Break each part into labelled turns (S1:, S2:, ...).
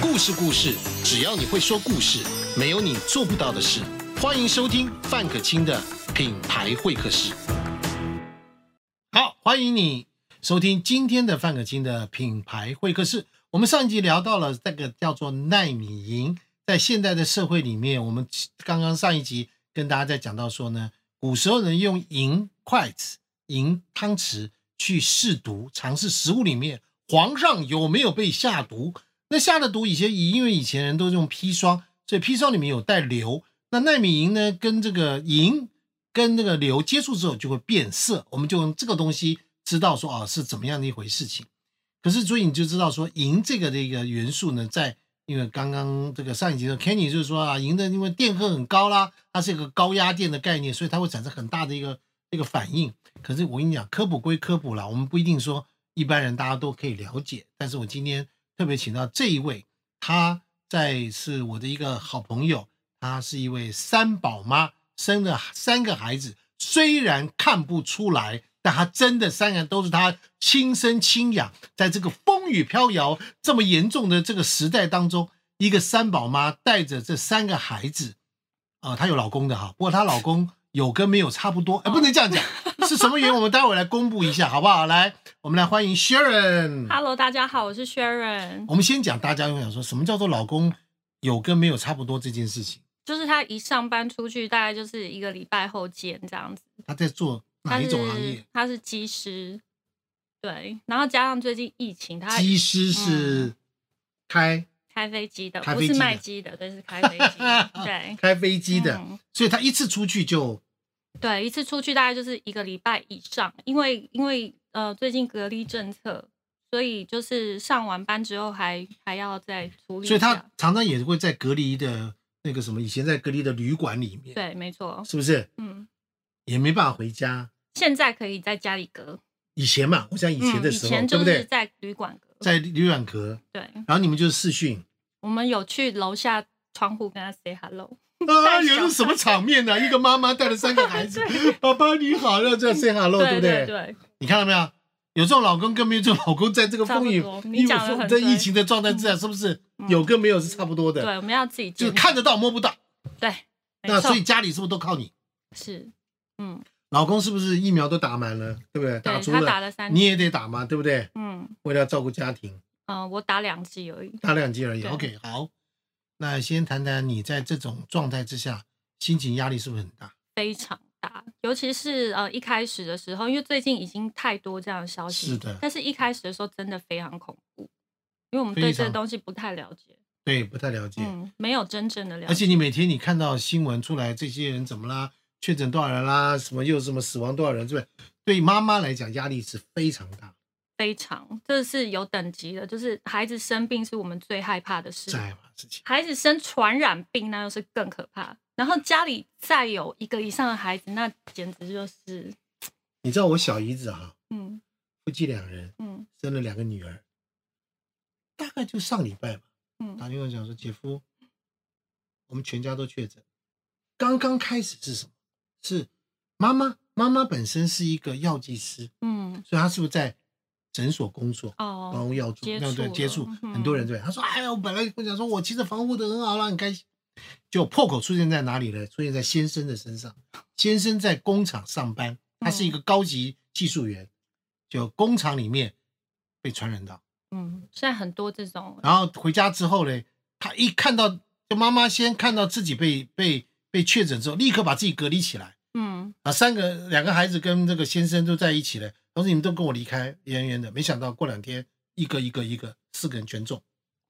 S1: 故事故事，只要你会说故事，没有你做不到的事。欢迎收听范可清的品牌会客室。好，欢迎你收听今天的范可清的品牌会客室。我们上一集聊到了这个叫做耐米营，在现代的社会里面，我们刚刚上一集跟大家在讲到说呢，古时候人用银筷子、银汤匙去试毒，尝试食物里面皇上有没有被下毒。那下的毒以前以因为以前人都用砒霜，所以砒霜里面有带硫。那奈米银呢，跟这个银跟那个硫接触之后就会变色，我们就用这个东西知道说啊是怎么样的一回事情。可是所以你就知道说银这个的一个元素呢，在因为刚刚这个上一集的 Kenny 就是说啊，银的因为电荷很高啦，它是一个高压电的概念，所以它会产生很大的一个一个反应。可是我跟你讲，科普归科普啦，我们不一定说一般人大家都可以了解。但是我今天。特别请到这一位，她在是我的一个好朋友，她是一位三宝妈，生了三个孩子，虽然看不出来，但她真的三个都是她亲生亲养。在这个风雨飘摇这么严重的这个时代当中，一个三宝妈带着这三个孩子，啊、呃，她有老公的哈，不过她老公有跟没有差不多，哎、不能这样讲，是什么原因？我们待会来公布一下，好不好？来，我们来欢迎 Sharon。
S2: Hello，大家好，我是 Sharon。
S1: 我们先讲大家会想说什么叫做老公有跟没有差不多这件事情，
S2: 就是他一上班出去，大概就是一个礼拜后见这样子。
S1: 他在做哪
S2: 他
S1: 一
S2: 是
S1: 种行业？
S2: 他是技师，对。然后加上最近疫情，他嗯
S1: 技师是开
S2: 开飞机的，
S1: 开
S2: 不
S1: 飞机
S2: 是
S1: 的
S2: 卖鸡的，对，是开飞 机的。对
S1: 开飞机的，
S2: 嗯
S1: 所以他一次出去就
S2: 对，一次出去大概就是一个礼拜以上，因为因为呃最近隔离政策，所以就是上完班之后还还要再处理一
S1: 所
S2: 下。
S1: 以他常常也会在隔离的那个什么，以前在隔离的旅馆里面，
S2: 对，没错，
S1: 是不是
S2: 嗯，
S1: 也没办法回家？
S2: 现在可以在家里隔，
S1: 以前嘛，我想以前的
S2: 嗯、以
S1: 时候，
S2: 前
S1: 对
S2: 就
S1: 不
S2: 是
S1: 对？
S2: 在旅馆隔，
S1: 在旅馆隔，
S2: 对。
S1: 然后你们就是视 讯，
S2: 我们有去楼下窗户跟他 say hello，
S1: 啊，
S2: 带小
S1: 原来是什么场面呢、一个妈妈带了三个孩 子，爸爸你好，要这样 say hello，对不哦
S2: 对
S1: 对？
S2: 对，
S1: 你看到没有？有这种老公跟没有这种老公，在这个风雨
S2: 差不、多
S1: 因
S2: 你
S1: 为
S2: 讲得
S1: 风
S2: 很
S1: 在
S2: 对嗯
S1: 疫情的状态之下，是不是有跟没有是差不多的？
S2: 对，我们要自己
S1: 就是
S2: 见面
S1: 看得到摸不到。
S2: 对，
S1: 那
S2: 没错
S1: 所以家里是不是都靠你？
S2: 是，嗯，
S1: 老公是不是疫苗都打满了，对不对？
S2: 对
S1: 足
S2: 他打
S1: 了，
S2: 了三
S1: 你
S2: 剂，
S1: 也得打嘛，对不对？
S2: 嗯
S1: 为了要照顾家庭，
S2: 嗯、呃我打两剂而已。
S1: 打两剂而已。
S2: 对
S1: OK，好。那先谈谈你在这种状态之下，心情压力是不是很大？
S2: 非常大，尤其是呃一开始的时候，因为最近已经太多这样的消息，
S1: 是的
S2: 但是一开始的时候真的非常恐怖，因为我们
S1: 非
S2: 对这个
S1: 常
S2: 东西不太了解，
S1: 对，不太了解。
S2: 嗯，没有真正的了解，
S1: 而且你每天你看到新闻出来，这些人怎么啦？确诊多少人啦？什么又什么死亡多少人？是不是？对妈妈来讲，压力是非常大。
S2: 非常这是有等级的，就是孩子生病是我们最害怕的事，
S1: 在嘛事情，
S2: 孩子生传染病，那又是更可怕。然后家里再有一个以上的孩子，那简直就是，
S1: 你知道我小姨子啊，
S2: 嗯
S1: 夫妻两人
S2: 嗯
S1: 生了两个女儿，大概就上礼拜吧，
S2: 嗯，
S1: 打电话讲说姐夫，我们全家都确诊。刚刚开始是什么？是妈妈，妈妈本身是一个药剂师，
S2: 嗯
S1: 所以她是不是在诊所工作？防
S2: 哦，
S1: 护药助，
S2: 接
S1: 那对
S2: 触
S1: 接
S2: 了
S1: 触
S2: 嗯
S1: 很多人对，他说：“哎呀，我本来我想说我其实防护的很好啦，很开心。”就破口出现在哪里呢？出现在先生的身上。先生在工厂上班，他是一个高级技术员，就工厂里面被传染到。
S2: 嗯，现在很多这种，
S1: 然后回家之后呢，他一看到就妈妈先看到自己被被被确诊之后，立刻把自己隔离起来。
S2: 嗯
S1: 啊，三个两个孩子跟这个先生都在一起了，他说：“你们都跟我离开，远远的。”没想到过两天，一个一个一个，四个人全中。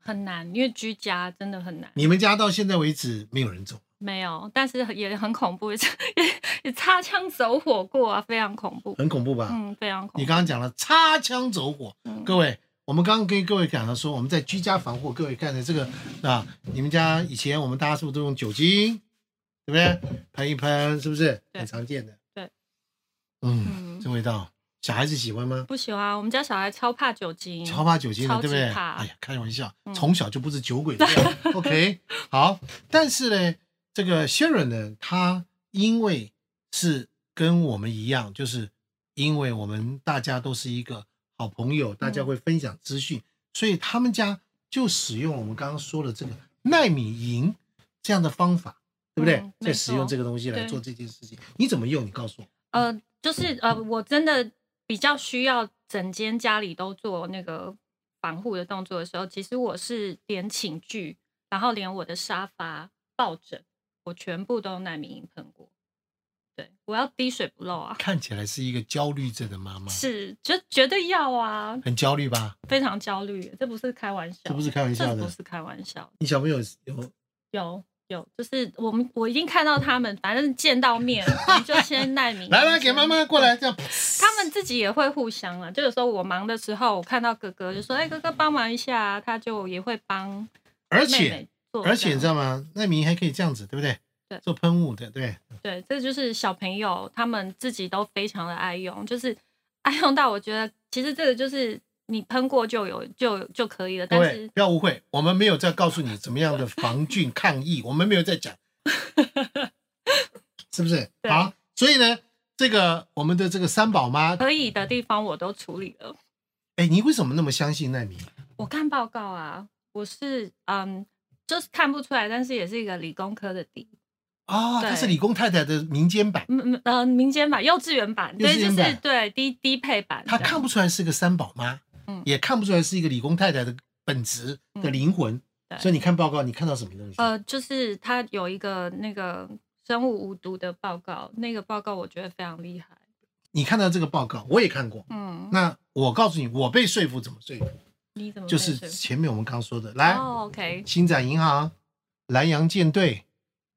S2: 很难，因为居家真的很难，
S1: 你们家到现在为止没有人中，
S2: 没有，但是也很恐怖， 也也擦枪走火过啊，非常恐怖，
S1: 很恐怖吧？
S2: 嗯，非常
S1: 啊
S2: 恐
S1: 你
S2: 怖，
S1: 刚刚讲了擦枪走火，
S2: 嗯
S1: 各位，我们刚刚跟各位讲了说，我们在居家防护，各位看的这个啊，你们家以前我们大家是不是都用酒精，对不对？喷一喷，是不是
S2: 对
S1: 很常见的？
S2: 对，
S1: 嗯，
S2: 嗯
S1: 这味道，小孩子喜欢吗？
S2: 不喜欢，我们家小孩超怕酒精，
S1: 超怕酒精的，
S2: 嗯超
S1: 对
S2: 级
S1: 不对？
S2: 怕
S1: 哎呀，开玩笑，
S2: 嗯
S1: 从小就不是酒鬼的料。OK，好，但是呢，这个 Sharon 呢，他因为是跟我们一样，就是因为
S2: 嗯
S1: 我们大家都是一个好朋友，大家会分享资讯，所以他们家就使用我们刚刚说的这个纳米银这样的方法，对不对？
S2: 嗯
S1: 再使
S2: 没
S1: 用
S2: 错
S1: 这个东西来
S2: 对
S1: 做这件事情，你怎么用？你告诉我。
S2: 呃，就是呃，我真的比较需要整间家里都做那个防护的动作的时候，其实我是连寝具，然后连我的沙发、抱枕，我全部都用耐敏银喷过。对，我要滴水不漏啊，
S1: 看起来 是一个焦虑症的妈妈，
S2: 是，就绝对要啊，
S1: 很焦虑吧？
S2: 非常焦虑，这不是开玩笑，
S1: 这不是开玩笑
S2: 这
S1: 的
S2: 不。是开玩笑，
S1: 你小朋友有
S2: 有。有，就是我们我已经看到他们，反正见到面我们就 先耐敏银
S1: 来来，
S2: 先
S1: 给妈妈过来这样。
S2: 他们自己也会互相啊，就有时候我忙的时候，我看到哥哥就说：“哎、哥哥帮忙一下啊。”他就也会帮
S1: 而
S2: 妹
S1: 且
S2: 妹做这样。
S1: 而且你知道吗？纳米银还可以这样子，对不对？
S2: 对
S1: 做喷雾的，对。
S2: 对，这就是小朋友他们自己都非常的爱用，就是爱用到我觉得其实这个就是你喷过就有就就可以了，
S1: 各
S2: 但
S1: 位
S2: 是
S1: 不要误会，我们没有在告诉你怎么样的防菌抗疫，我们没有在 讲，是不是？
S2: 对
S1: 好，所以呢，这个我们的这个三宝妈，
S2: 可以的地方我都处理了。
S1: 哎，你为什么那么相信奈米？
S2: 我看报告啊，我是嗯，就是看不出来，但是也是一个理工科的底，
S1: 哦，
S2: 对
S1: 她是理工太太的民间版，
S2: 嗯嗯呃，民间版、幼稚园版，
S1: 幼稚
S2: 对，就
S1: 园版
S2: 是对低低配版这
S1: 她
S2: 样，
S1: 看不出来是个三宝妈，
S2: 嗯
S1: 也看不出来是一个理工太太的本质
S2: 嗯
S1: 的灵魂。
S2: 对
S1: 所以你看报告，你看到什么东西？
S2: 呃，就是他有一个那个生物无毒的报告，那个报告我觉得非常厉害。
S1: 你看到这个报告，我也看过。
S2: 嗯，
S1: 那我告诉你，我被说服怎么说服，
S2: 你怎么
S1: 就
S2: 会
S1: 是
S2: 说
S1: 前面我们刚说的，来，
S2: 哦，OK，
S1: 星展银行、南洋舰队，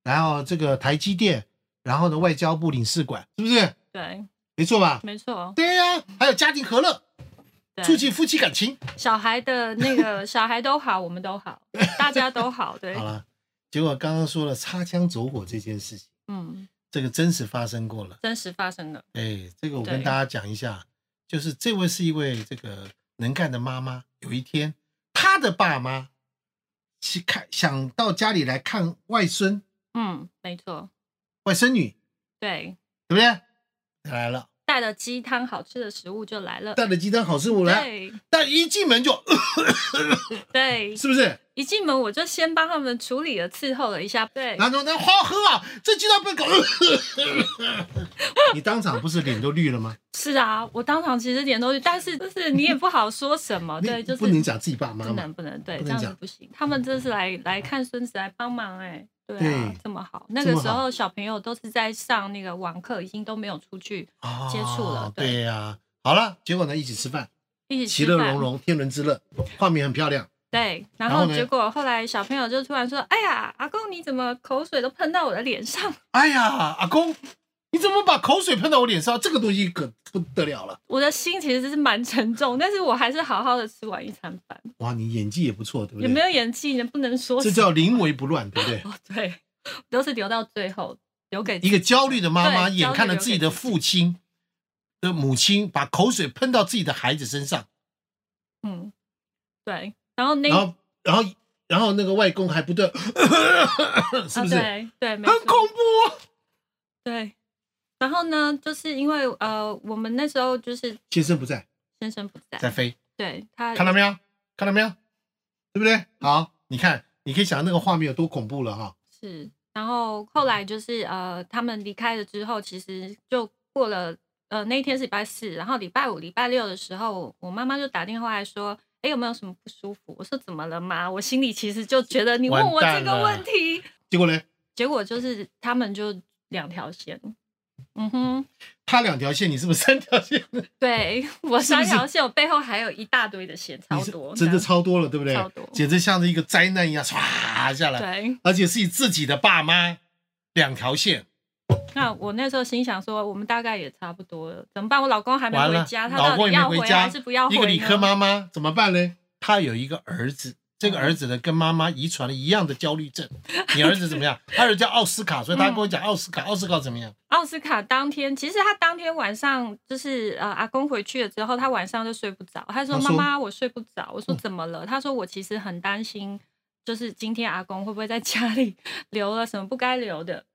S1: 然后这个台积电，然后呢外交部领事馆，是不是？
S2: 对，
S1: 没错吧？
S2: 没错，
S1: 对呀、还有家庭和乐，
S2: 嗯对，
S1: 促进夫妻感情。
S2: 小孩的 那个小孩都好，我们都好，大家都好，对
S1: 好，了，结果刚刚说了擦枪走火这件事情，
S2: 嗯，
S1: 这个真实发生过了。
S2: 真实发生的，
S1: 哎，这个我
S2: 对
S1: 跟大家讲一下，就是这位是一位这个能干的妈妈，有一天她的爸妈去看，想到家里来看外孙、
S2: 嗯，没错，
S1: 外孙女，
S2: 对，
S1: 对不对？来了，
S2: 带了鸡汤好吃的食物就来了，
S1: 带了鸡蛋好吃我来。
S2: 对
S1: 但一进门就，呃
S2: 对，
S1: 是不是？
S2: 一进门我就先帮他们处理了，伺候了一下，对，
S1: 然后说那好喝啊，这鸡蛋被搞， 你当场不是脸都绿了吗？
S2: 是啊，我当场其实点都去，但是就是你也不好说什么，
S1: 你
S2: 对，就是
S1: 不能讲自己爸妈
S2: 不
S1: 嘛
S2: 能。不能，对，
S1: 不能
S2: 这样子
S1: 讲嗯
S2: 不行。他们这是来来看孙子，来帮忙哎、对啊，
S1: 对
S2: 这么好。那
S1: 这
S2: 个
S1: 么
S2: 时
S1: 好
S2: 候小朋友都是在上那个网课，已经都没有出去
S1: 哦
S2: 接触了对
S1: 对呀。好了，结果呢，一起吃饭，
S2: 一起
S1: 其
S2: 吃
S1: 乐
S2: 饭
S1: 融。融，天伦之乐，画面很漂亮。
S2: 对，然
S1: 然后
S2: 后
S1: 呢
S2: 结果后来小朋友就突然说：“哎呀，阿公你怎么口水都喷到我的脸上
S1: 哎呀，阿公，你怎么把口水喷到我脸上？这个东西可不得了了！”。
S2: 我的心其实是蛮沉重，但是我还是好好的吃完一餐饭，
S1: 哇，你演技也不错，对不
S2: 也没
S1: 对？
S2: 有演技，也不能说
S1: 这
S2: 什么
S1: 叫临危不乱，对不 对？
S2: 哦，对，都是留到最后留给自
S1: 一个
S2: 己
S1: 焦虑的妈妈
S2: 对
S1: 眼看着
S2: 焦
S1: 自己
S2: 虑留给
S1: 的
S2: 自己
S1: 父亲的母亲把口水喷到自己的孩子身上，
S2: 嗯，对。然后那啊
S1: 然后
S2: 哎
S1: 然后然后那个外公还不断， 是不是？
S2: 啊、对对，没
S1: 很
S2: 错。
S1: 恐怖。啊
S2: 对，然后呢，就是因为呃，我们那时候就是
S1: 先生不在，
S2: 先生不在，
S1: 在飞，
S2: 对他
S1: 看到没有？看到没有？对不对？好，你看，你可以想象那个画面有多恐怖了哈。
S2: 是，然后后来就是呃，他们离开了之后，其实就过了呃那一天是礼拜四，然后礼拜五、礼拜六的时候，我妈妈就打电话来说。哎，有没有什么不舒服？我说怎么了妈？我心里其实就觉得你问
S1: 完
S2: 我
S1: 蛋
S2: 这个问
S1: 了
S2: 题，
S1: 结果呢，
S2: 结果就是他们就两条线，嗯哼，
S1: 他两条线，你是不是三条线？
S2: 对我
S1: 是不
S2: 三
S1: 是
S2: 条线，我背后还有一大堆的线，超
S1: 你是
S2: 多，
S1: 真的
S2: 这样
S1: 超多了，对不对
S2: 超多？
S1: 简直像是一个灾难一样，唰下来，
S2: 对。
S1: 而且是自己的爸妈两条线，
S2: 那我那时候心想说，我们大概也差不多了，怎么办？我老公还没
S1: 完
S2: 回
S1: 了
S2: 家，，他
S1: 老
S2: 到
S1: 公
S2: 底
S1: 也没
S2: 要
S1: 回
S2: 回
S1: 家，
S2: 还是不要回
S1: 一
S2: 呢？
S1: 个理科妈妈怎么办呢？她有一个儿子，这个儿子呢跟妈妈遗传了一样的焦虑症。
S2: 嗯
S1: 你儿子怎么 样？他儿子叫奥斯卡，所以他跟我讲奥斯卡，奥斯卡怎么样？
S2: 奥斯卡当天，其实他当天晚上就是呃，阿公回去了之后，他晚上就睡不着。他说：“
S1: 他
S2: 妈
S1: 说嗯
S2: 妈，我睡不着。”我说：“怎么了？”他说：“我其实很担心，就是今天阿公会不会在家里留了什么不该留的。”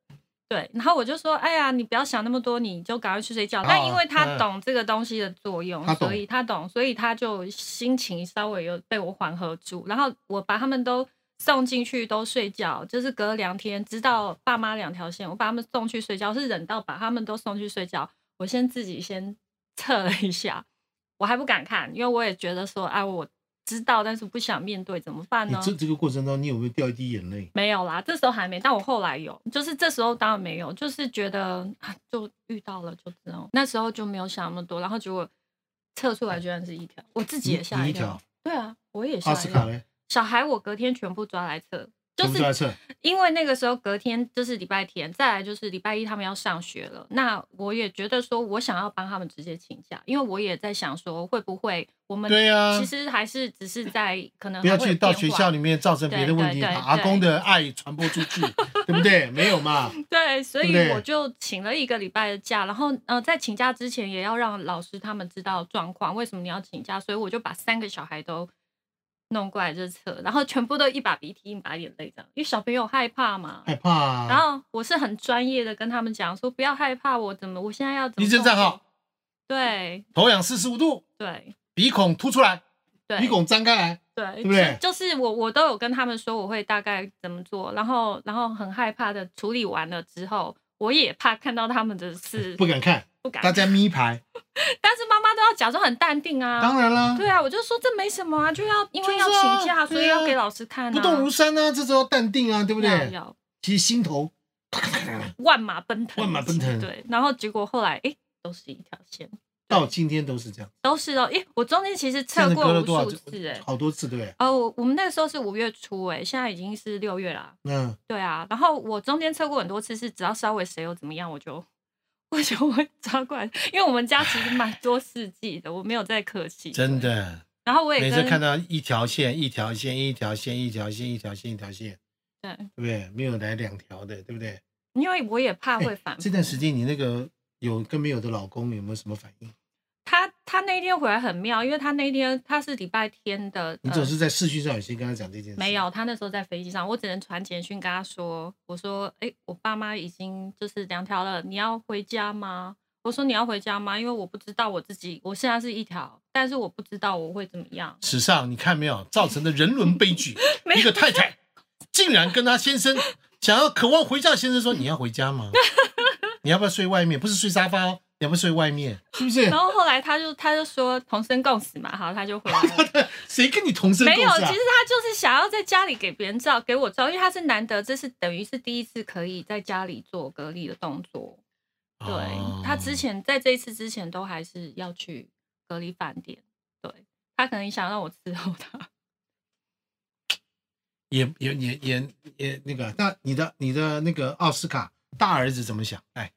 S2: 对，然后我就说，哎呀，你不要想那么多，你就赶快去睡觉。
S1: 啊
S2: 但因为
S1: 嗯
S2: 他懂这个东西的作用，
S1: 他懂
S2: 所以他懂，所以他就心情稍微有被我缓和住。然后我把他们都送进去都睡觉，就是隔两天，直到爸妈两条线，我把他们送去睡觉，是忍到把他们都送去睡觉，我先自己先测了一下，我还不敢看，因为我也觉得说，哎，我知道，但是不想面对，怎么办
S1: 你
S2: 呢？
S1: 这这个过程中，你有没有掉一滴眼泪？
S2: 没有啦，这时候还没，但我后来有，就是这时候当然没有，就是觉得啊，就遇到了就这样，那时候就没有想那么多，然后结果测出来居然是一条，我自己也吓
S1: 你
S2: 一
S1: 一条
S2: 跳，，对啊，我也吓
S1: 阿
S2: 一
S1: 斯卡
S2: 跳，
S1: 嘞，
S2: 小孩我隔天全部抓来测，就
S1: 全部
S2: 是
S1: 都在测，
S2: 因为那个时候隔天就是礼拜天，再来就是礼拜一他们要上学了。那我也觉得说，我想要帮他们直接请假，因为我也在想说，会不会我们
S1: 对呀
S2: 其实还是只是在可能
S1: 不要
S2: 还会有
S1: 去到
S2: 变
S1: 学
S2: 化
S1: 校里面造成别的问题，
S2: 对对
S1: 把
S2: 对
S1: 阿公的爱传播出去，对不对？没有 嘛？
S2: 对，所
S1: 对不
S2: 以
S1: 对
S2: 我就请了一个礼拜的假，然后呃，在请假之前也要让老师他们知道状况，为什么你要请假，所以我就把三个小孩都弄过来这测，然后全部都一把鼻涕一把眼泪这样，因为小朋友害怕嘛。
S1: 害怕啊。
S2: 然后我是很专业的跟他们讲说，不要害怕，我怎么我现在要怎么
S1: 立正
S2: 动
S1: 站好
S2: 作，对
S1: 头仰四十五度，
S2: 对
S1: 鼻孔凸出来，
S2: 对，哎
S1: 鼻孔张开来，
S2: 对，
S1: 不对
S2: 就就是我我都有跟他们说我会大概怎么做，然后然后很害怕的处理完了之后，我也怕看到他们的是
S1: 不敢看，
S2: 不敢
S1: 大家咪牌。
S2: 但是妈妈都要假装很淡定啊。
S1: 当然啦，
S2: 对啊，我就说这没什么啊，就要因为要
S1: 就是啊
S2: 请假，所以
S1: 对啊
S2: 要给老师看啊，
S1: 不动如山啊，这时候淡定啊，对不
S2: 要
S1: 对？
S2: 要
S1: 其实心头
S2: 万马奔腾，
S1: 万马奔腾
S2: 对，然后结果后来诶，都是一条线，
S1: 到今天都是这样，
S2: 都是哦。诶，我中间其实
S1: 现
S2: 测
S1: 在
S2: 过
S1: 隔了
S2: 无
S1: 多少
S2: 数
S1: 次
S2: 次诶。
S1: 好多次，对不对？
S2: 哦，我我们那个时候是五月初诶，现在已经是六月啦。
S1: 嗯，
S2: 对啊，然后我中间测过很多次，是只要稍微谁有怎么样，我就 我就会抓过来，因为我们家其实蛮多世纪的，我没有在客气。
S1: 真。的，
S2: 然后我也
S1: 每次
S2: 跟
S1: 看到一条线、一条线、一条线、一条线、一条线、一条线，
S2: 对，
S1: 对不对？没有来两条的，对不对？
S2: 因为我也怕 会反、
S1: 这段时间你那个有跟没有的老公有没有什么反应？
S2: 他他那天回来很妙，因为他那天他是礼拜天的，
S1: 你
S2: 呃
S1: 总是在视讯上有先跟他讲这件事，
S2: 没有，他那时候在飞机上，我只能传简讯跟他说，我说，哎、我爸妈已经就是两条了，你要回家吗？我说你要回家吗？因为我不知道我自己，我现在是一条，但是我不知道我会怎么样。
S1: 史上你看没有造成的人伦悲剧，
S2: 没有
S1: 一个太太竟然跟她先生想要渴望回家，先生说你要回家 吗？你要不要睡外面？不是睡沙发哦，你要不要睡外面？是不是
S2: 然？后后来他就他就说同生共死嘛，好，他就回来了。
S1: 谁跟你同生共
S2: 没有，
S1: 事
S2: 其实
S1: 啊？
S2: 他就是想要在家里给别人照，给我照，因为他是难得，这是等于是第一次可以在家里做隔离的动作。对、
S1: 哦
S2: 他之前在这一次之前都还是要去隔离饭店，对他可能想让我伺候他。
S1: 也也也也也那个，那你的你的那个奥斯卡大儿子怎么想？哎，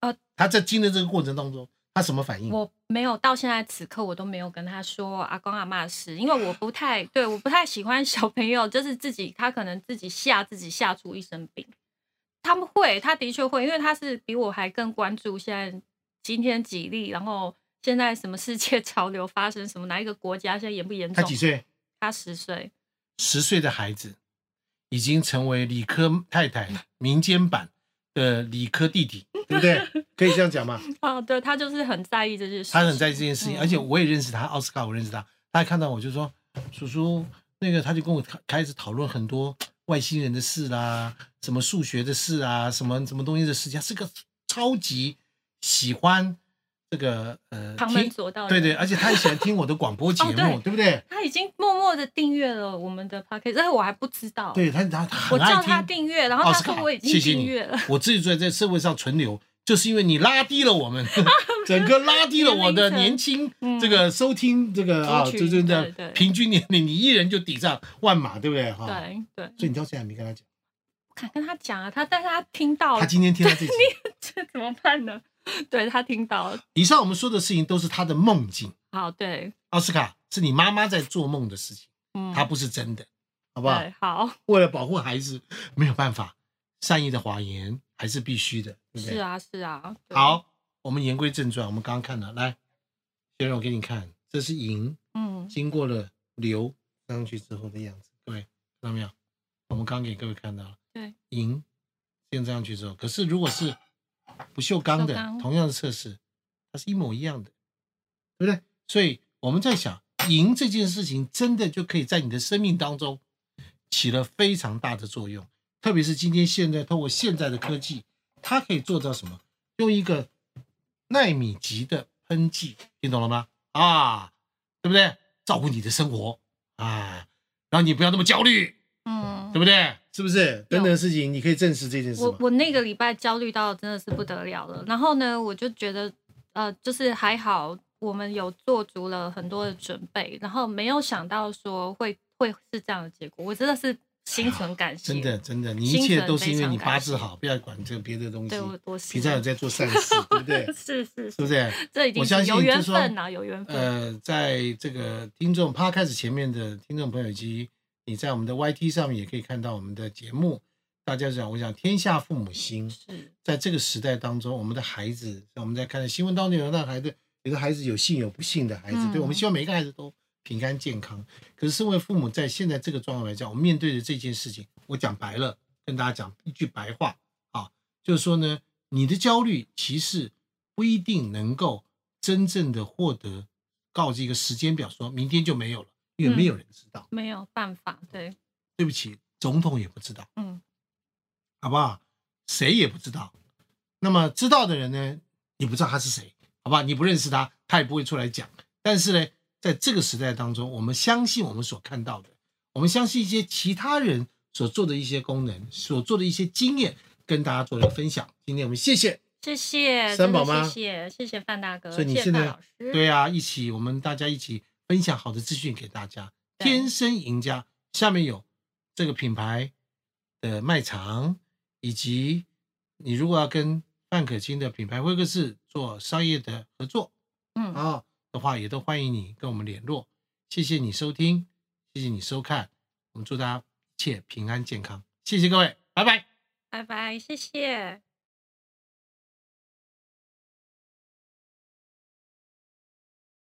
S2: 呃，
S1: 他在经历这个过程当中，他什么反应？
S2: 我没有到现在此刻，我都没有跟他说阿公阿妈的事，因为我不太对，我不太喜欢小朋友，就是自己他可能自己吓自己吓出一身病。他们会，他的确会，因为他是比我还更关注现在今天几例，然后现在什么世界潮流发生什么，哪一个国家现在严不严
S1: 他
S2: 重
S1: 几？岁？
S2: 他十岁，
S1: 十岁的孩子已经成为理科太太民间版的理科弟弟，对不对？可以这样讲吗？
S2: 哦，对他就是很在意这件事，
S1: 他很在意这件事情，
S2: 嗯
S1: 而且我也认识他，奥斯卡我认识他，他看到我就说：“叔叔，那个他就跟我开开始讨论很多外星人的事啦，什么数学的事啊，什么什么东西的事情，他是个超级喜欢这个呃
S2: 旁门
S1: 听
S2: 左道。
S1: 对对，，而且他也喜欢听我的广播节目，
S2: 哦对
S1: 对不对？
S2: 他已经默默的订阅了我们的 p o c a s t 但是我还不知道。
S1: 对他他他
S2: 我
S1: 很爱
S2: 叫
S1: 听
S2: 他订阅，然后
S1: 奥
S2: 他
S1: 斯卡
S2: 说我已
S1: 谢
S2: 经
S1: 谢你
S2: 订阅 了。
S1: 我自己在这社会上存留，就是因为你拉低了我 们，整个拉低了我的年轻
S2: 嗯
S1: 这个收听这个啊，
S2: 族
S1: 就
S2: 群
S1: 是这
S2: 对对
S1: 样平均年龄，你一人就抵上万马，对不对？哈，
S2: 对对，
S1: 啊所以你到现在还没跟他讲，
S2: 不敢跟他讲啊，他但是他听到
S1: 他
S2: 了，
S1: 今天听到这集。
S2: 这怎么办呢？ 对他听到了，
S1: 以上我们说的事情都是他的梦境，
S2: 好对，
S1: 奥斯卡是你妈妈在做梦的事情，
S2: 嗯，
S1: 它不是真的，好不好
S2: 对？好
S1: 为了保护孩子，没有办法，善意的谎言还是必须的，对不对？
S2: 是啊是啊，对，
S1: 好，我们言归正传，我们刚刚看了，来，先让我给你看，这是银。
S2: 嗯，
S1: 经过了流上去之后的样子。各位看到没有？我们刚刚给各位看到了，
S2: 对，
S1: 银垫上去之后，可是如果是不锈钢的
S2: 不锈钢
S1: 同样的测试，它是一模一样的，对不对？所以我们在想，赢这件事情真的就可以在你的生命当中起了非常大的作用，特别是今天现在透过现在的科技，它可以做到什么？用一个纳米级的喷剂，听懂了吗？啊，对不对？照顾你的生活啊，让你不要那么焦虑，
S2: 嗯
S1: 对，不对？是不是？等等的事情，你可以证实这件事
S2: 我
S1: 吗？
S2: 我那个礼拜焦虑到真的是不得了了。然后呢，我就觉得呃，就是还好我们有做足了很多的准备，然后没有想到说会会是这样的结果，我真的是心存感谢。
S1: 哎真的，真的，你
S2: 心
S1: 一切
S2: 存
S1: 都是
S2: 非
S1: 因为
S2: 常
S1: 你
S2: 感
S1: 八字
S2: 谢
S1: 好，不要管这个别的东西
S2: 对。我我是
S1: 平常有在做善 事，对不对？
S2: 是是
S1: 是不
S2: 是，
S1: 是？
S2: 这已经
S1: 我相
S2: 是
S1: 信
S2: 有
S1: 就
S2: 缘
S1: 说
S2: 分呐、啊有缘分。
S1: 呃，在这个听众趴开始前面的听众朋友以及你在我们的 YT 上面也可以看到我们的节目。大家讲，我想天下父母心，
S2: 是
S1: 在这个时代当中，我们的孩子，我们在看新闻当中有那孩子，有的孩子有幸有不幸的孩子，对
S2: 嗯
S1: 我们希望每个孩子都平安健康。可是身为父母，在现在这个状况来讲，我们面对的这件事情，我讲白了，跟大家讲一句白话啊，就是说呢，你的焦虑其实不一定能够真正的获得告知一个时间表，说明天就没有了，因为没有人知道。
S2: 没有办法，对，
S1: 对不起，总统也不知道。
S2: 嗯，
S1: 好不好？谁也不知道。那么知道的人呢，你不知道他是谁，好不好？你不认识他，他也不会出来讲。但是呢，在这个时代当中，我们相信我们所看到的，我们相信一些其他人所做的一些功能，所做的一些经验，跟大家做一个分享。今天我们谢谢，
S2: 谢谢，
S1: 三
S2: 真的
S1: 宝妈
S2: 谢谢谢谢范大哥，
S1: 所以你
S2: 谢谢
S1: 现在
S2: 范老师，
S1: 对啊，一起我们大家一起分享好的资讯给大家。
S2: 对
S1: 天生赢家，下面有这个品牌的卖场，以及你如果要跟范可清的品牌会客室做商业的合作
S2: 嗯，
S1: 啊的话，也都欢迎你跟我们联络。谢谢你收听，谢谢你收看，我们祝大家一切平安健康，谢谢各位，拜拜。
S2: 拜拜，谢谢。